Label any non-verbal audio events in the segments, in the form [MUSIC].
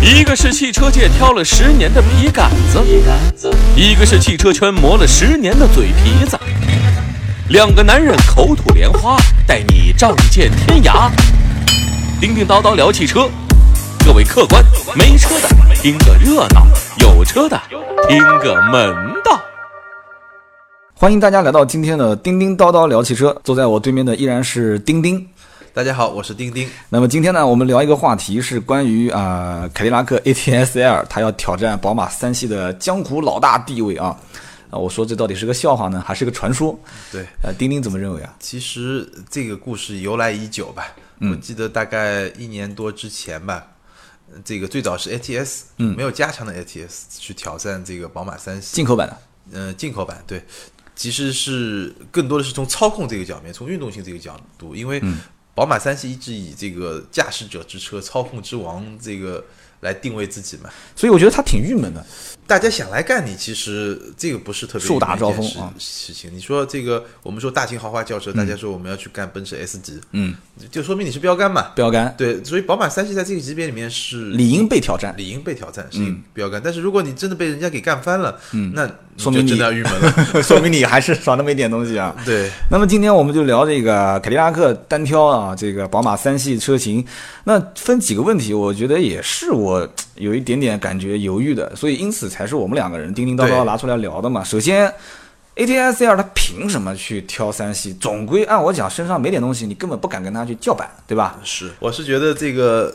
一个是汽车界挑了十年的皮杆子，一个是汽车圈磨了十年的嘴皮子。两个男人口吐莲花，带你仗剑天涯。叮叮叨叨聊汽车，各位客官，没车的听个热闹，有车的听个门道。欢迎大家来到今天的叮叮叨叨聊汽车。坐在我对面的依然是丁丁。大家好，我是丁丁。那么今天呢，我们聊一个话题是关于啊、呃凯迪拉克 ATS-L 它要挑战宝马三系的江湖老大地位啊。啊，我说这到底是个笑话呢，还是个传说？对，呃，丁丁怎么认为啊？其实这个故事由来已久吧，我记得大概一年多之前吧。这个最早是 ATS，嗯，没有加强的 ATS 去挑战这个宝马三系，进口版的，呃，进口版对，其实是更多的是从操控这个角面，从运动性这个角度，因为宝马三系一直以这个驾驶者之车、操控之王这个来定位自己嘛。所以我觉得它挺郁闷的。大家想来干你，其实这个不是特别树大招容易一件风啊事事情。你说这个，我们说大型豪华轿车，大家说我们要去干奔驰 S 级，嗯，就说明你是标杆嘛。标杆对，所以宝马三系在这个级别里面是理应嗯被挑战，理应被挑战，是一个标杆。但是如果你真的被人家给干翻了，嗯，那你说明就你真的要郁闷 [LAUGHS] [LAUGHS] 了。说明你还是少那么一点东西啊。对，那么今天我们就聊这个凯迪拉克单挑啊，这个宝马三系车型，那分几个问题，我觉得也是我有一点点感觉犹豫的，所以因此才是我们两个人叮叮叨叨对拿出来聊的嘛。首先，ATS L 它凭什么去挑三系？总归按我讲，身上没点东西，你根本不敢跟它去叫板，对吧？是，我是觉得这个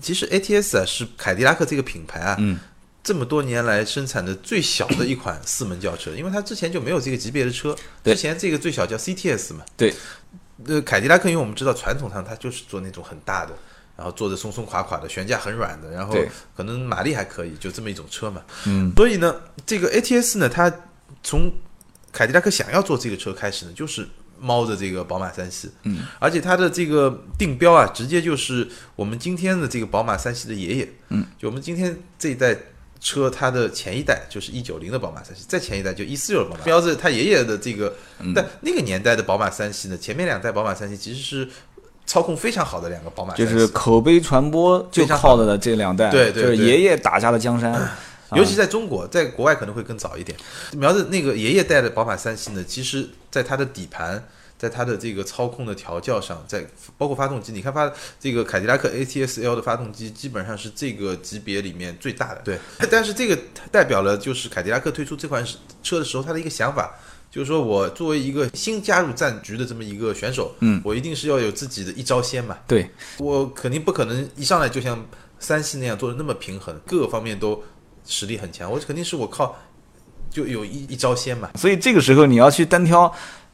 其实 ATS 啊是凯迪拉克这个品牌啊，嗯，这么多年来生产的最小的一款四门轿车，因为它之前就没有这个级别的车，对之前这个最小叫 CTS 嘛，对，呃，凯迪拉克，因为我们知道传统上它就是做那种很大的，然后坐着松松垮垮的，悬架很软的，然后对可能马力还可以，就这么一种车嘛。嗯，所以呢，这个 ATS 呢，它从凯迪拉克想要做这个车开始呢，就是猫着这个宝马三系，嗯，而且它的这个定标啊，直接就是我们今天的这个宝马三系的爷爷，嗯，就我们今天这一代。车它的前一代就是一九零的宝马三系，再前一代就一四六的宝马，标志它爷爷的这个，但那个年代的宝马三系呢，前面两代宝马三系其实是操控非常好的两个宝马就三系，是口碑传播就非常靠的这两代，对对就是对爷爷打下的江山。啊尤其在中国，在国外可能会更早一点。苗子那个爷爷带的宝马三系呢，其实在它的底盘，在它的这个操控的调教上，在包括发动机，你看发这个凯迪拉克 ATS-L 的发动机基本上是这个级别里面最大的。对，但是这个代表了就是凯迪拉克推出这款车的时候他的一个想法。就是说我作为一个新加入战局的这么一个选手，嗯，我一定是要有自己的一招鲜嘛，对，我肯定不可能一上来就像三系那样做的那么平衡，各个方面都实力很强。我肯定是我靠，就有一一招鲜嘛。所以这个时候你要去单挑，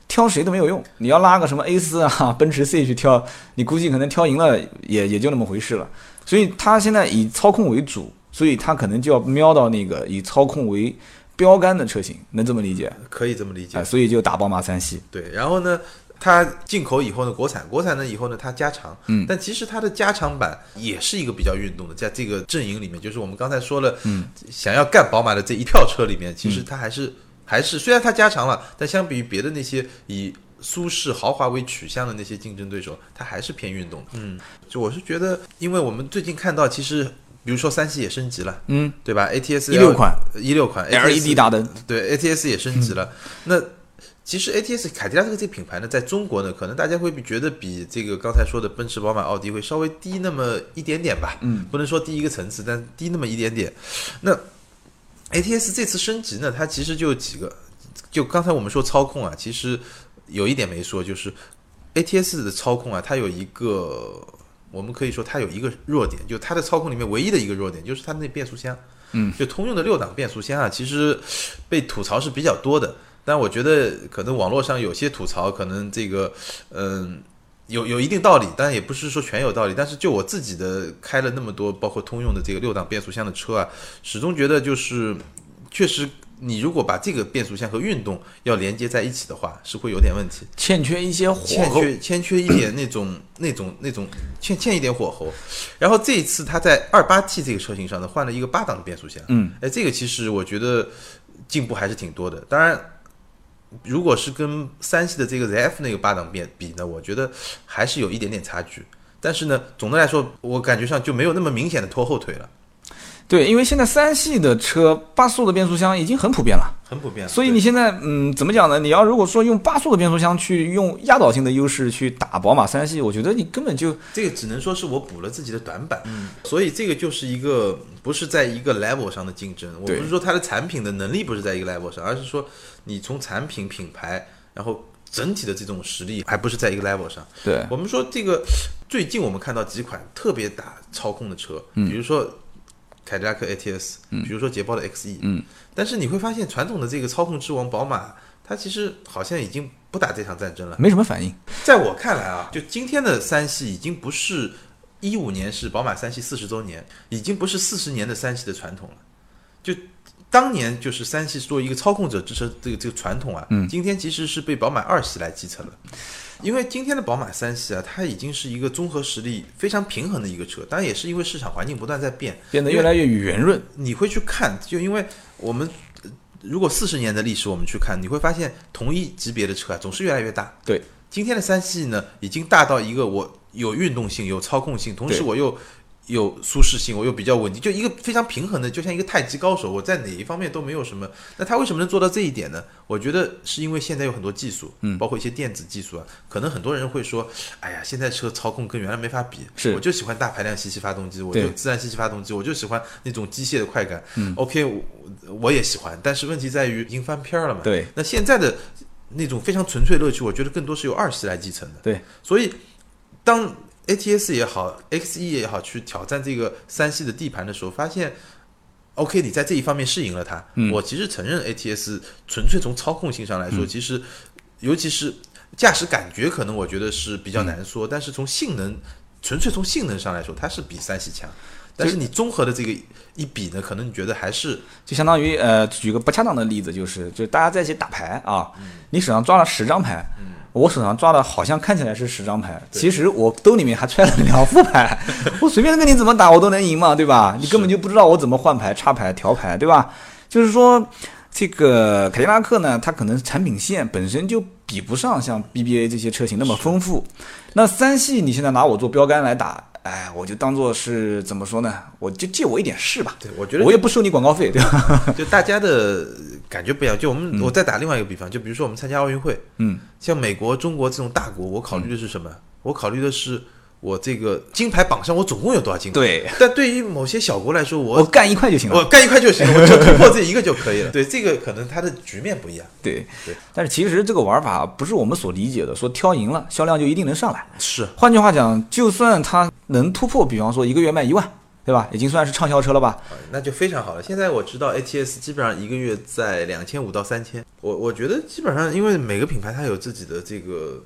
挑谁都没有用。你要拉个什么 A 四啊、 [LAUGHS] 奔驰 C 去挑，你估计可能挑赢了也也就那么回事了。所以他现在以操控为主，所以他可能就要瞄到那个以操控为标杆的车型，能这么理解？啊、可以这么理解。所以就打宝马三系。对，然后呢，它进口以后呢，国产，国产呢以后呢，它加长，嗯，但其实它的加长版也是一个比较运动的，在这个阵营里面，就是我们刚才说了，嗯，想要干宝马的这一票车里面，其实它还是、还是虽然它加长了，但相比于别的那些以舒适豪华为取向的那些竞争对手，它还是偏运动的。嗯，就我是觉得，因为我们最近看到，其实比如说三系也升级了，嗯，对吧？ATS 16款，一六款 E LED 大灯，对 ATS 也升级了。那其实 ATS 凯迪拉克这个品牌呢，在中国呢，可能大家会比觉得比这个刚才说的奔驰、宝马、奥迪会稍微低那么一点点吧，嗯，不能说低一个层次，但低那么一点点。那 ATS 这次升级呢，它其实就有几个，就刚才我们说操控啊，其实有一点没说，就是 ATS 的操控啊，它有一个。我们可以说它有一个弱点，就它的操控里面唯一的一个弱点就是它那变速箱，嗯，就通用的六档变速箱啊，其实被吐槽是比较多的。但我觉得可能网络上有些吐槽，可能这个，嗯，有有一定道理，但也不是说全有道理。但是就我自己的开了那么多，包括通用的这个六档变速箱的车啊，始终觉得就是确实。你如果把这个变速箱和运动要连接在一起的话，是会有点问题，欠缺一些火欠候。缺欠缺一点那种那种那种欠欠一点火候。然后这一次它在二八 T 这个车型上呢，换了一个八档的变速箱，嗯，哎，这个其实我觉得进步还是挺多的。当然，如果是跟三系的这个 ZF 那个八档变比呢，我觉得还是有一点点差距。但是呢，总的来说，我感觉上就没有那么明显的拖后腿了。对，因为现在三系的车八速的变速箱已经很普遍了，很普遍了。所以你现在嗯怎么讲呢？你要如果说用八速的变速箱去用压倒性的优势去打宝马三系，我觉得你根本就这个只能说是我补了自己的短板，嗯所以这个就是一个不是在一个 level 上的竞争。我不对是说它的产品的能力不是在一个 level 上，而是说你从产品品牌，然后整体的这种实力还不是在一个 level 上。对我们说这个最近我们看到几款特别打操控的车，嗯比如说凯迪拉克 ATS，、比如说捷豹的 XE，嗯，但是你会发现传统的这个操控之王宝马，它其实好像已经不打这场战争了。没什么反应。在我看来啊，就今天的三系已经不是一五年是宝马三系四十周年，已经不是四十年的三系的传统了。就当年就是三系作为一个操控者之车这个这个传统啊，嗯，今天其实是被宝马二系来继承了。因为今天的宝马三系啊，它已经是一个综合实力非常平衡的一个车，当然也是因为市场环境不断在变，变得越来越圆润，你会去看，就因为我们呃如果四十年的历史我们去看，你会发现同一级别的车啊总是越来越大。对，今天的三系呢，已经大到一个我有运动性、有操控性，同时对我又有舒适性，我又比较稳定，就一个非常平衡的，就像一个太极高手，我在哪一方面都没有什么。那他为什么能做到这一点呢？我觉得是因为现在有很多技术，嗯，包括一些电子技术啊，可能很多人会说，哎呀，现在车操控跟原来没法比，是我就喜欢大排量吸气发动机，我对就自然吸气发动机，我就喜欢那种机械的快感。嗯，OK，我我也喜欢，但是问题在于已经翻篇儿了嘛。对，那现在的那种非常纯粹的乐趣，我觉得更多是由二系来继承的。对，所以当 ATS 也好，XE 也好，去挑战这个三系的地盘的时候，发现 OK，你在这一方面是赢了它。嗯我其实承认 ATS 纯粹从操控性上来说，其实尤其是驾驶感觉，可能我觉得是比较难嗯说，但是从性能，纯粹从性能上来说，它是比三系强。但是你综合的这个一比呢，可能你觉得还是就相当于呃，举个不恰当的例子，就是就是大家在一起打牌啊，嗯你手上抓了十张牌，我手上抓了好像看起来是十张牌，其实我兜里面还揣了两副 [LAUGHS] 牌，我随便跟你怎么打我都能赢嘛，对吧？你根本就不知道我怎么换牌、插牌、调牌，对吧？就是说。这个凯迪拉克呢，它可能产品线本身就比不上像 BBA 这些车型那么丰富。那三系你现在拿我做标杆来打，哎，我就当做是怎么说呢？我就借我一点势吧。对我觉得我也不收你广告费，对吧？就大家的感觉不一样。就我们，我再打另外一个比方，就比如说我们参加奥运会，嗯，像美国、中国这种大国，我考虑的是什么？我考虑的是我这个金牌榜上我总共有多少金牌。，对，但对于某些小国来说，我我干一块就行了。我干一块就行，我就突破这一个就可以了。对，这个可能它的局面不一样。对对，但是其实这个玩法不是我们所理解的，说挑赢了销量就一定能上来。是，换句话讲，就算它能突破，比方说一个月卖一万，对吧？已经算是畅销车了吧？那就非常好了。现在我知道 ATS 基本上一个月在两千五到三千，我我觉得基本上因为每个品牌它有自己的这个，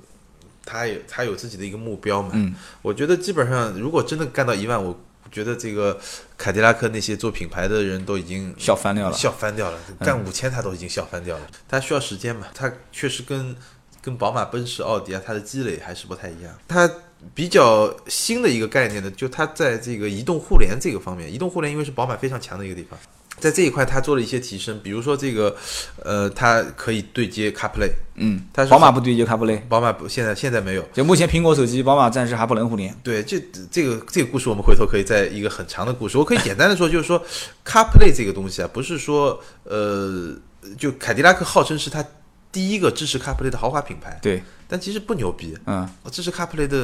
它有它有自己的一个目标嘛。嗯，我觉得基本上如果真的干到一万，我觉得这个凯迪拉克那些做品牌的人都已经笑翻掉了。嗯笑翻掉了，干五千他都已经笑翻掉了。他需要时间嘛，他确实跟跟宝马、奔驰、奥迪啊，它的积累还是不太一样。它比较新的一个概念呢，就它在这个移动互联这个方面，移动互联因为是宝马非常强的一个地方，在这一块它做了一些提升，比如说这个，呃，它可以对接 CarPlay，嗯，它是宝马不对接 CarPlay，宝马不现在现在没有。就目前苹果手机，宝马暂时还不能互联。对，这这个这个故事，我们回头可以在一个很长的故事，我可以简单的说，就是说 CarPlay 这个东西啊，不是说呃，就凯迪拉克号称是它第一个支持 CarPlay 的豪华品牌，对，但其实不牛逼，嗯，支持 CarPlay 的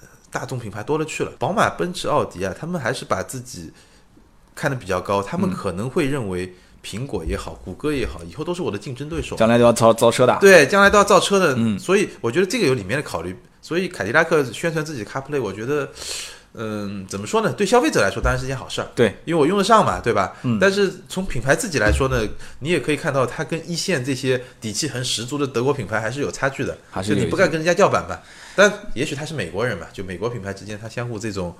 呃大众品牌多了去了，宝马、奔驰、奥迪啊，他们还是把自己看得比较高，他们可能会认为苹果也好，谷歌也好，以后都是我的竞争对手，将来都要造造车的。对，将来都要造车的，所以我觉得这个有里面的考虑。所以凯迪拉克宣传自己的 CarPlay，我觉得，嗯，怎么说呢？对消费者来说当然是件好事儿，对，因为我用得上嘛，对吧？嗯但是从品牌自己来说呢，你也可以看到，它跟一线这些底气很十足的德国品牌还是有差距的，还是就有你一不些敢跟人家叫板吧？但也许他是美国人嘛，就美国品牌之间它相互这种，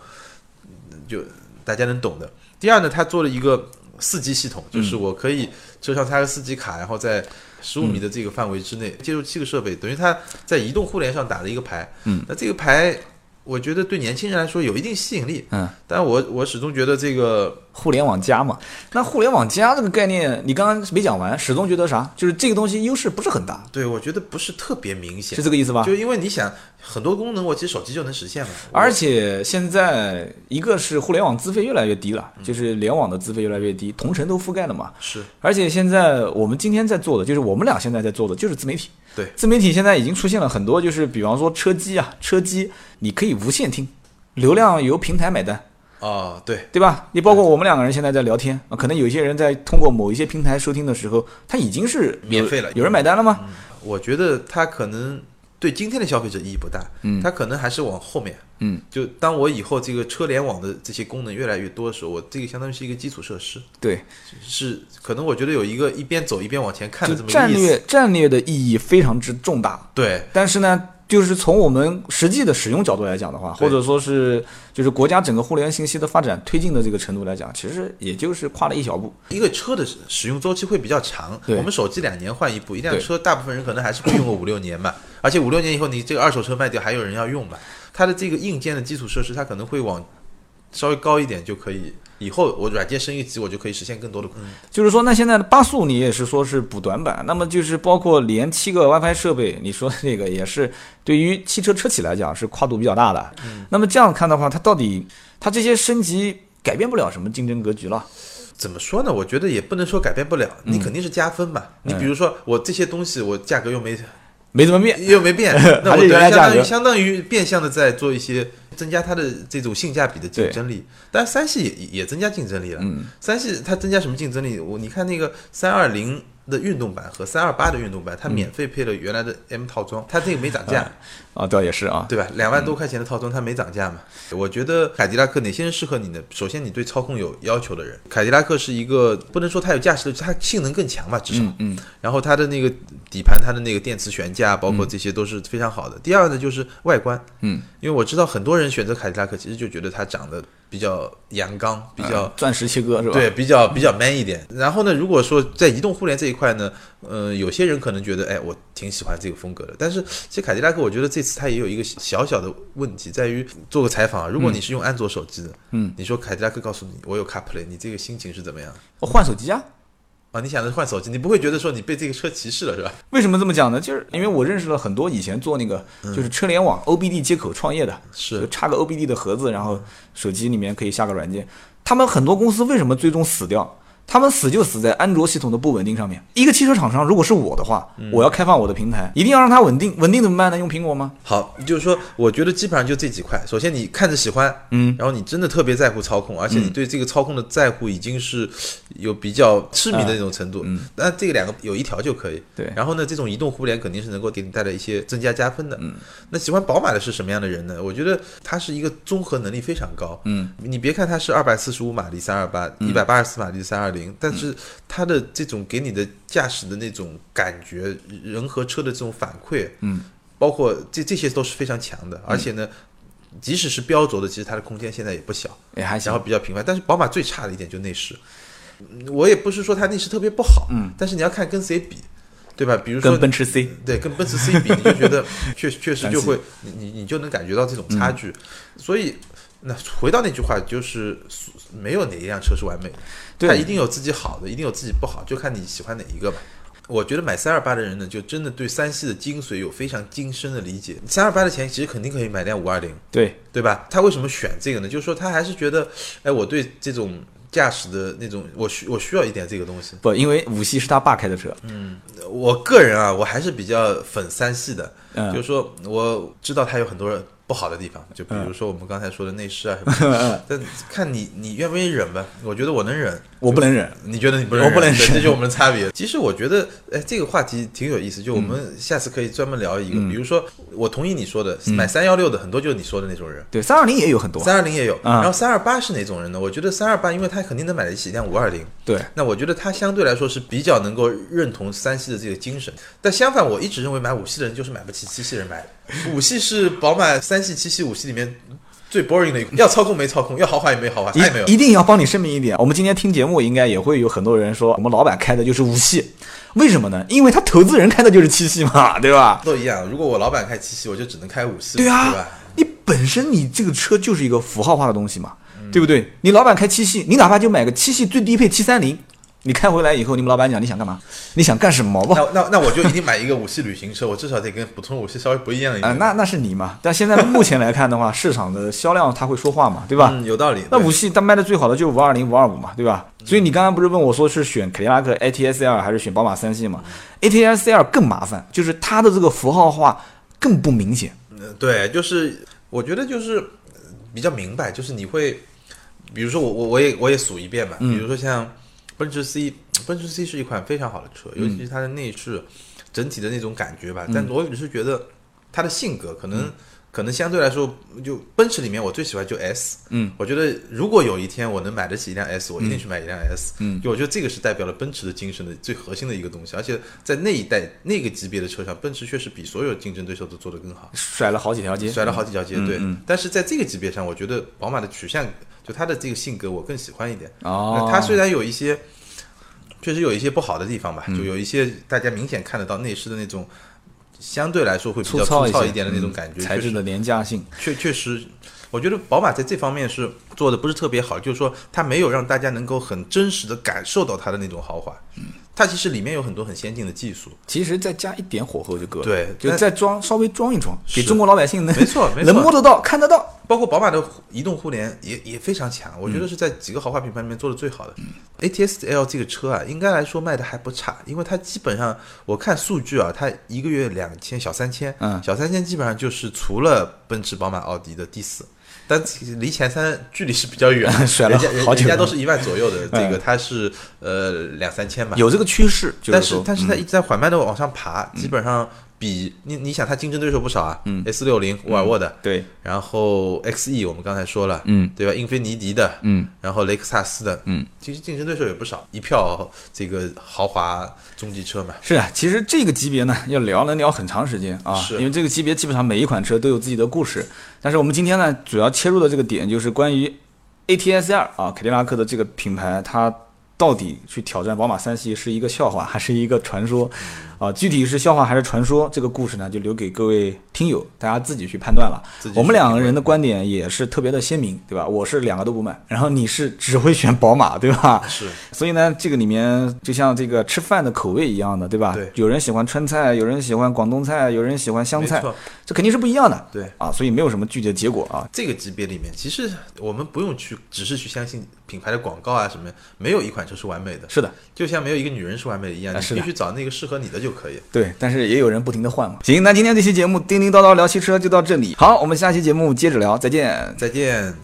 嗯就大家能懂的。第二呢，它做了一个四 G 系统，就是我可以车上插个四 G 卡，然后在十嗯五米的这个范围之内接入七个设备，等于它在移动互联上打了一个牌。嗯，那这个牌，我觉得对年轻人来说有一定吸引力。嗯，但我我始终觉得这个互联网加嘛。那互联网加这个概念，你刚刚没讲完，始终觉得啥？就是这个东西优势不是很大，对，我觉得不是特别明显是，这个意思吧？就因为你想很多功能，我其实手机就能实现嘛。我而且现在一个是互联网资费越来越低了，嗯就是联网的资费越来越低，同城都覆盖了嘛。是而且现在我们今天在做的，就是我们俩现在在做的，就是自媒体。对自媒体现在已经出现了很多，就是比方说车机啊，车机你可以无限听，流量由平台买单，啊，对，对吧？你包括我们两个人现在在聊天啊，可能有些人在通过某一些平台收听的时候，他已经是有免费了嗯有人买单了吗？我觉得它可能对今天的消费者意义不大，嗯，它可能还是往后面，嗯，就当我以后这个车联网的这些功能越来越多的时候，我这个相当于是一个基础设施，对，是可能我觉得有一个一边走一边往前看就的这么战一个意略思，战略的意义非常之重大。对，但是呢，就是从我们实际的使用角度来讲的话，对或者说是就是国家整个互联信息的发展推进的这个程度来讲，其实也就是跨了一小步。一个车的使用周期会比较长，对我们手机两年换一部，一辆对车大部分人可能还是会用个五六年嘛，而且五六年以后你这个二手车卖掉还有人要用嘛，它的这个硬件的基础设施它可能会往稍微高一点就可以，以后我软件升一级我就可以实现更多的功能，就是说，那现在的八速你也是说是补短板，那么就是包括连七个 WiFi 设备，你说的这个也是对于汽车车企来讲是跨度比较大的。嗯那么这样看的话，它到底它这些升级改变不了什么竞争格局了？怎么说呢？我觉得也不能说改变不了，嗯你肯定是加分嘛。你比如说我这些东西我价格又没没怎么变。，又没变 [LAUGHS] 那还我是等于原来相价当于格相当于变相的在做一些增加它的这种性价比的竞争力。但三系也也增加竞争力了，嗯三系它增加什么竞争力？我你看那个三二零。的运动版和三二八的运动版，嗯它免费配了原来的 M 套装，它这个没涨价，啊，倒也是啊，对吧？两万多块钱的套装它没涨价嘛？我觉得凯迪拉克哪些人适合你呢？首先，你对操控有要求的人，凯迪拉克是一个不能说它有价值的，它性能更强吧，至少。嗯。然后它的那个底盘，它的那个电磁悬架，包括这些都是非常好的。第二呢，就是外观，嗯，因为我知道很多人选择凯迪拉克，其实就觉得它长得比较阳刚，比较呃钻石切割是吧？对，，比较比较 man 一点。然后呢，如果说在移动互联这一块呢，嗯、有些人可能觉得，哎，我挺喜欢这个风格的。但是其实凯迪拉克，我觉得这次它也有一个小小的问题，在于做个采访啊，如果你是用安卓手机的，嗯，你说凯迪拉克告诉你我有 CarPlay，你这个心情是怎么样？我换手机啊。啊，你想着换手机，你不会觉得说你被这个车歧视了是吧？为什么这么讲呢？就是嗯因为我认识了很多以前做那个就是车联网 OBD 接口创业的，是就插个 OBD 的盒子，然后手机里面可以下个软件。他们很多公司为什么最终死掉？他们死就死在安卓系统的不稳定上面。一个汽车厂商，如果是我的话，嗯我要开放我的平台，一定要让它稳定。稳定怎么办呢？用苹果吗？好，就是说，我觉得基本上就这几块。首先，你看着喜欢，嗯，然后你真的特别在乎操控，而且你对这个操控的在乎已经是有比较痴迷的那种程度。嗯，那这个两个有一条就可以。对然后呢，这种移动互联肯定是能够给你带来一些增加加分的。嗯，那喜欢宝马的是什么样的人呢？我觉得他是一个综合能力非常高。嗯，你别看它是二百四十五马力三二八，一百八十四马力三二零，但是它的这种给你的驾驶的那种感觉，人和车的这种反馈，嗯。包括这这些都是非常强嗯的，而且呢，即使是标轴的，其实它的空间现在也不小，也哎还行然后。比较平凡。但是宝马最差的一点就内饰，嗯我也不是说它内饰特别不好，嗯，但是你要看跟谁比，对吧？比如说跟奔驰 C，对，跟奔驰 C 比，你就 [LAUGHS] 觉得确确实三就系会，你你你就能感觉到这种差嗯距。所以，那回到那句话，就是没有哪一辆车是完美的，对它一定有自己好的，一定有自己不好，就看你喜欢哪一个吧。我觉得买三二八的人呢，就真的对三系的精髓有非常精深的理解。三二八的钱其实肯定可以买辆五二零，对，对吧？他为什么选这个呢？就是说他还是觉得，哎，我对这种驾驶的那种，我需我需要一点这个东西。不，因为五系是他爸开的车，嗯我个人啊，我还是比较粉三系的，嗯就是说我知道它有很多不好的地方，就比如说我们刚才说的 [LAUGHS] 内饰啊什么的，但看你你愿不愿意忍吧。我觉得我能忍，我不能忍。你觉得你不能忍？我不能对忍这就是我们的差别。其实我觉得，哎，这个话题挺有意思，就我嗯们下次可以专门聊一个，比如说我同意你说的，买三幺六的很多就是你说的那种人。对，三二零也有很多。三二零也有，啊然后三二八是哪种人呢？我觉得三二八，因为他肯定能买得起一辆五二零，对，那我觉得他相对来说是比较能够认同三系的这个精神，但相反，我一直认为买五系的人就是买不起七系人买的。 [LAUGHS] 五系是宝马三系、七系、五系里面最 boring 的一款，要操控没操控，要豪华也没豪华，啥也哎没有一。一定要帮你声明一点，我们今天听节目应该也会有很多人说，我们老板开的就是五系，为什么呢？因为他投资人开的就是七系嘛， [LAUGHS] 对吧？都一样，如果我老板开七系，我就只能开五系对了，对啊吧？你本身你这个车就是一个符号化的东西嘛，嗯对不对？你老板开七系，你哪怕就买个七系最低配七三零，你开回来以后，你们老板讲你想干嘛？你想干什么吧？那那那我就一定买一个五系旅行车，我至少得跟普通五系稍微不一样一啊、点。那那是你嘛？但现在目前来看的话，市场的销量它会说话嘛，对吧？嗯，有道理。那对五系它卖的最好的就是五二零、五二五嘛，对吧？所以你刚刚不是问我说是选凯迪拉克 ATS L 还是选宝马三系嗯嘛？ATS L 更麻烦，就是它的这个符号化更不明显。嗯对，就是我觉得就是呃比较明白，就是你会，比如说我我我也我也数一遍吧，比如说像奔驰 C，奔驰 C 是一款非常好的车，尤其是它的内饰整体的那种感觉吧。但我只是觉得它的性格可能、可能相对来说，就奔驰里面我最喜欢就 S，嗯，我觉得如果有一天我能买得起一辆 S，我一定去买一辆 S，嗯，就我觉得这个是代表了奔驰的精神的最核心的一个东西，而且在那一代那个级别的车上，奔驰确实比所有竞争对手都做得更好。甩了好几条街，甩了好几条嗯街，对。但是在这个级别上，我觉得宝马的取向，就它的这个性格，我更喜欢一点。哦那它虽然有一些，确实有一些不好的地方吧，嗯就有一些大家明显看得到内饰的那种，相对来说会比粗较粗糙糙些一点的那种感觉，嗯材确质实的廉价性。确确实，我觉得宝马在这方面是做的不是特别好，就是说它没有让大家能够很真实的感受到它的那种豪华。嗯它其实里面有很多很先进的技术，其实再加一点火候就够了，对就但再装稍微装一装，给是中国老百姓能没错没错能摸得到、看得到。包括宝马的移动互联也也非常嗯强，我觉得是在几个豪华品牌里面做的最好的。ATS L 这个车啊，应该来说卖的还不差，因为它基本上我看数据啊，它一个月两千小三千，嗯，小三千基本上就是除了奔驰、宝马、奥迪的第四。但离前三距离是比较远 [LAUGHS] 甩了人家人好久人家了嗯都是一万左右的，这个它是呃两三千吧，有嗯这个趋势，就但是是说但是它一直在缓慢的往上爬，基本上比你你想它竞争对手不少啊，嗯，S 六零沃尔沃的，对，然后 XE 我们刚才说了，嗯，对吧？英菲尼迪的，嗯，然后雷克萨斯的，嗯，其实竞争对手也不少，一票这个豪华中级车嘛，是啊，其实这个级别呢，要聊能聊很长时间啊，是因为这个级别基本上每一款车都有自己的故事。但是我们今天呢，主要切入的这个点就是关于 ATS 二啊，凯迪拉克的这个品牌，它到底去挑战宝马三系是一个笑话还是一个传说啊？具体是笑话还是传说，这个故事呢，就留给各位听友大家自己去判断了自己。去我们两个人的观点也是特别的鲜明，对吧？我是两个都不买，然后你是只会选宝马，对吧？是所以呢，这个里面就像这个吃饭的口味一样的，对吧？对有人喜欢川菜，有人喜欢广东菜，有人喜欢湘菜没错，这肯定是不一样的。对啊，所以没有什么具体的结果啊。这个级别里面，其实我们不用去，只是去相信品牌的广告啊什么，没有一款车是完美的，是的，就像没有一个女人是完美的一样，啊你是的必须找那个适合你的就可以。对，但是也有人不停的换嘛。行，那今天这期节目叮叮叨叨聊汽车就到这里，好，我们下期节目接着聊，再见。再见。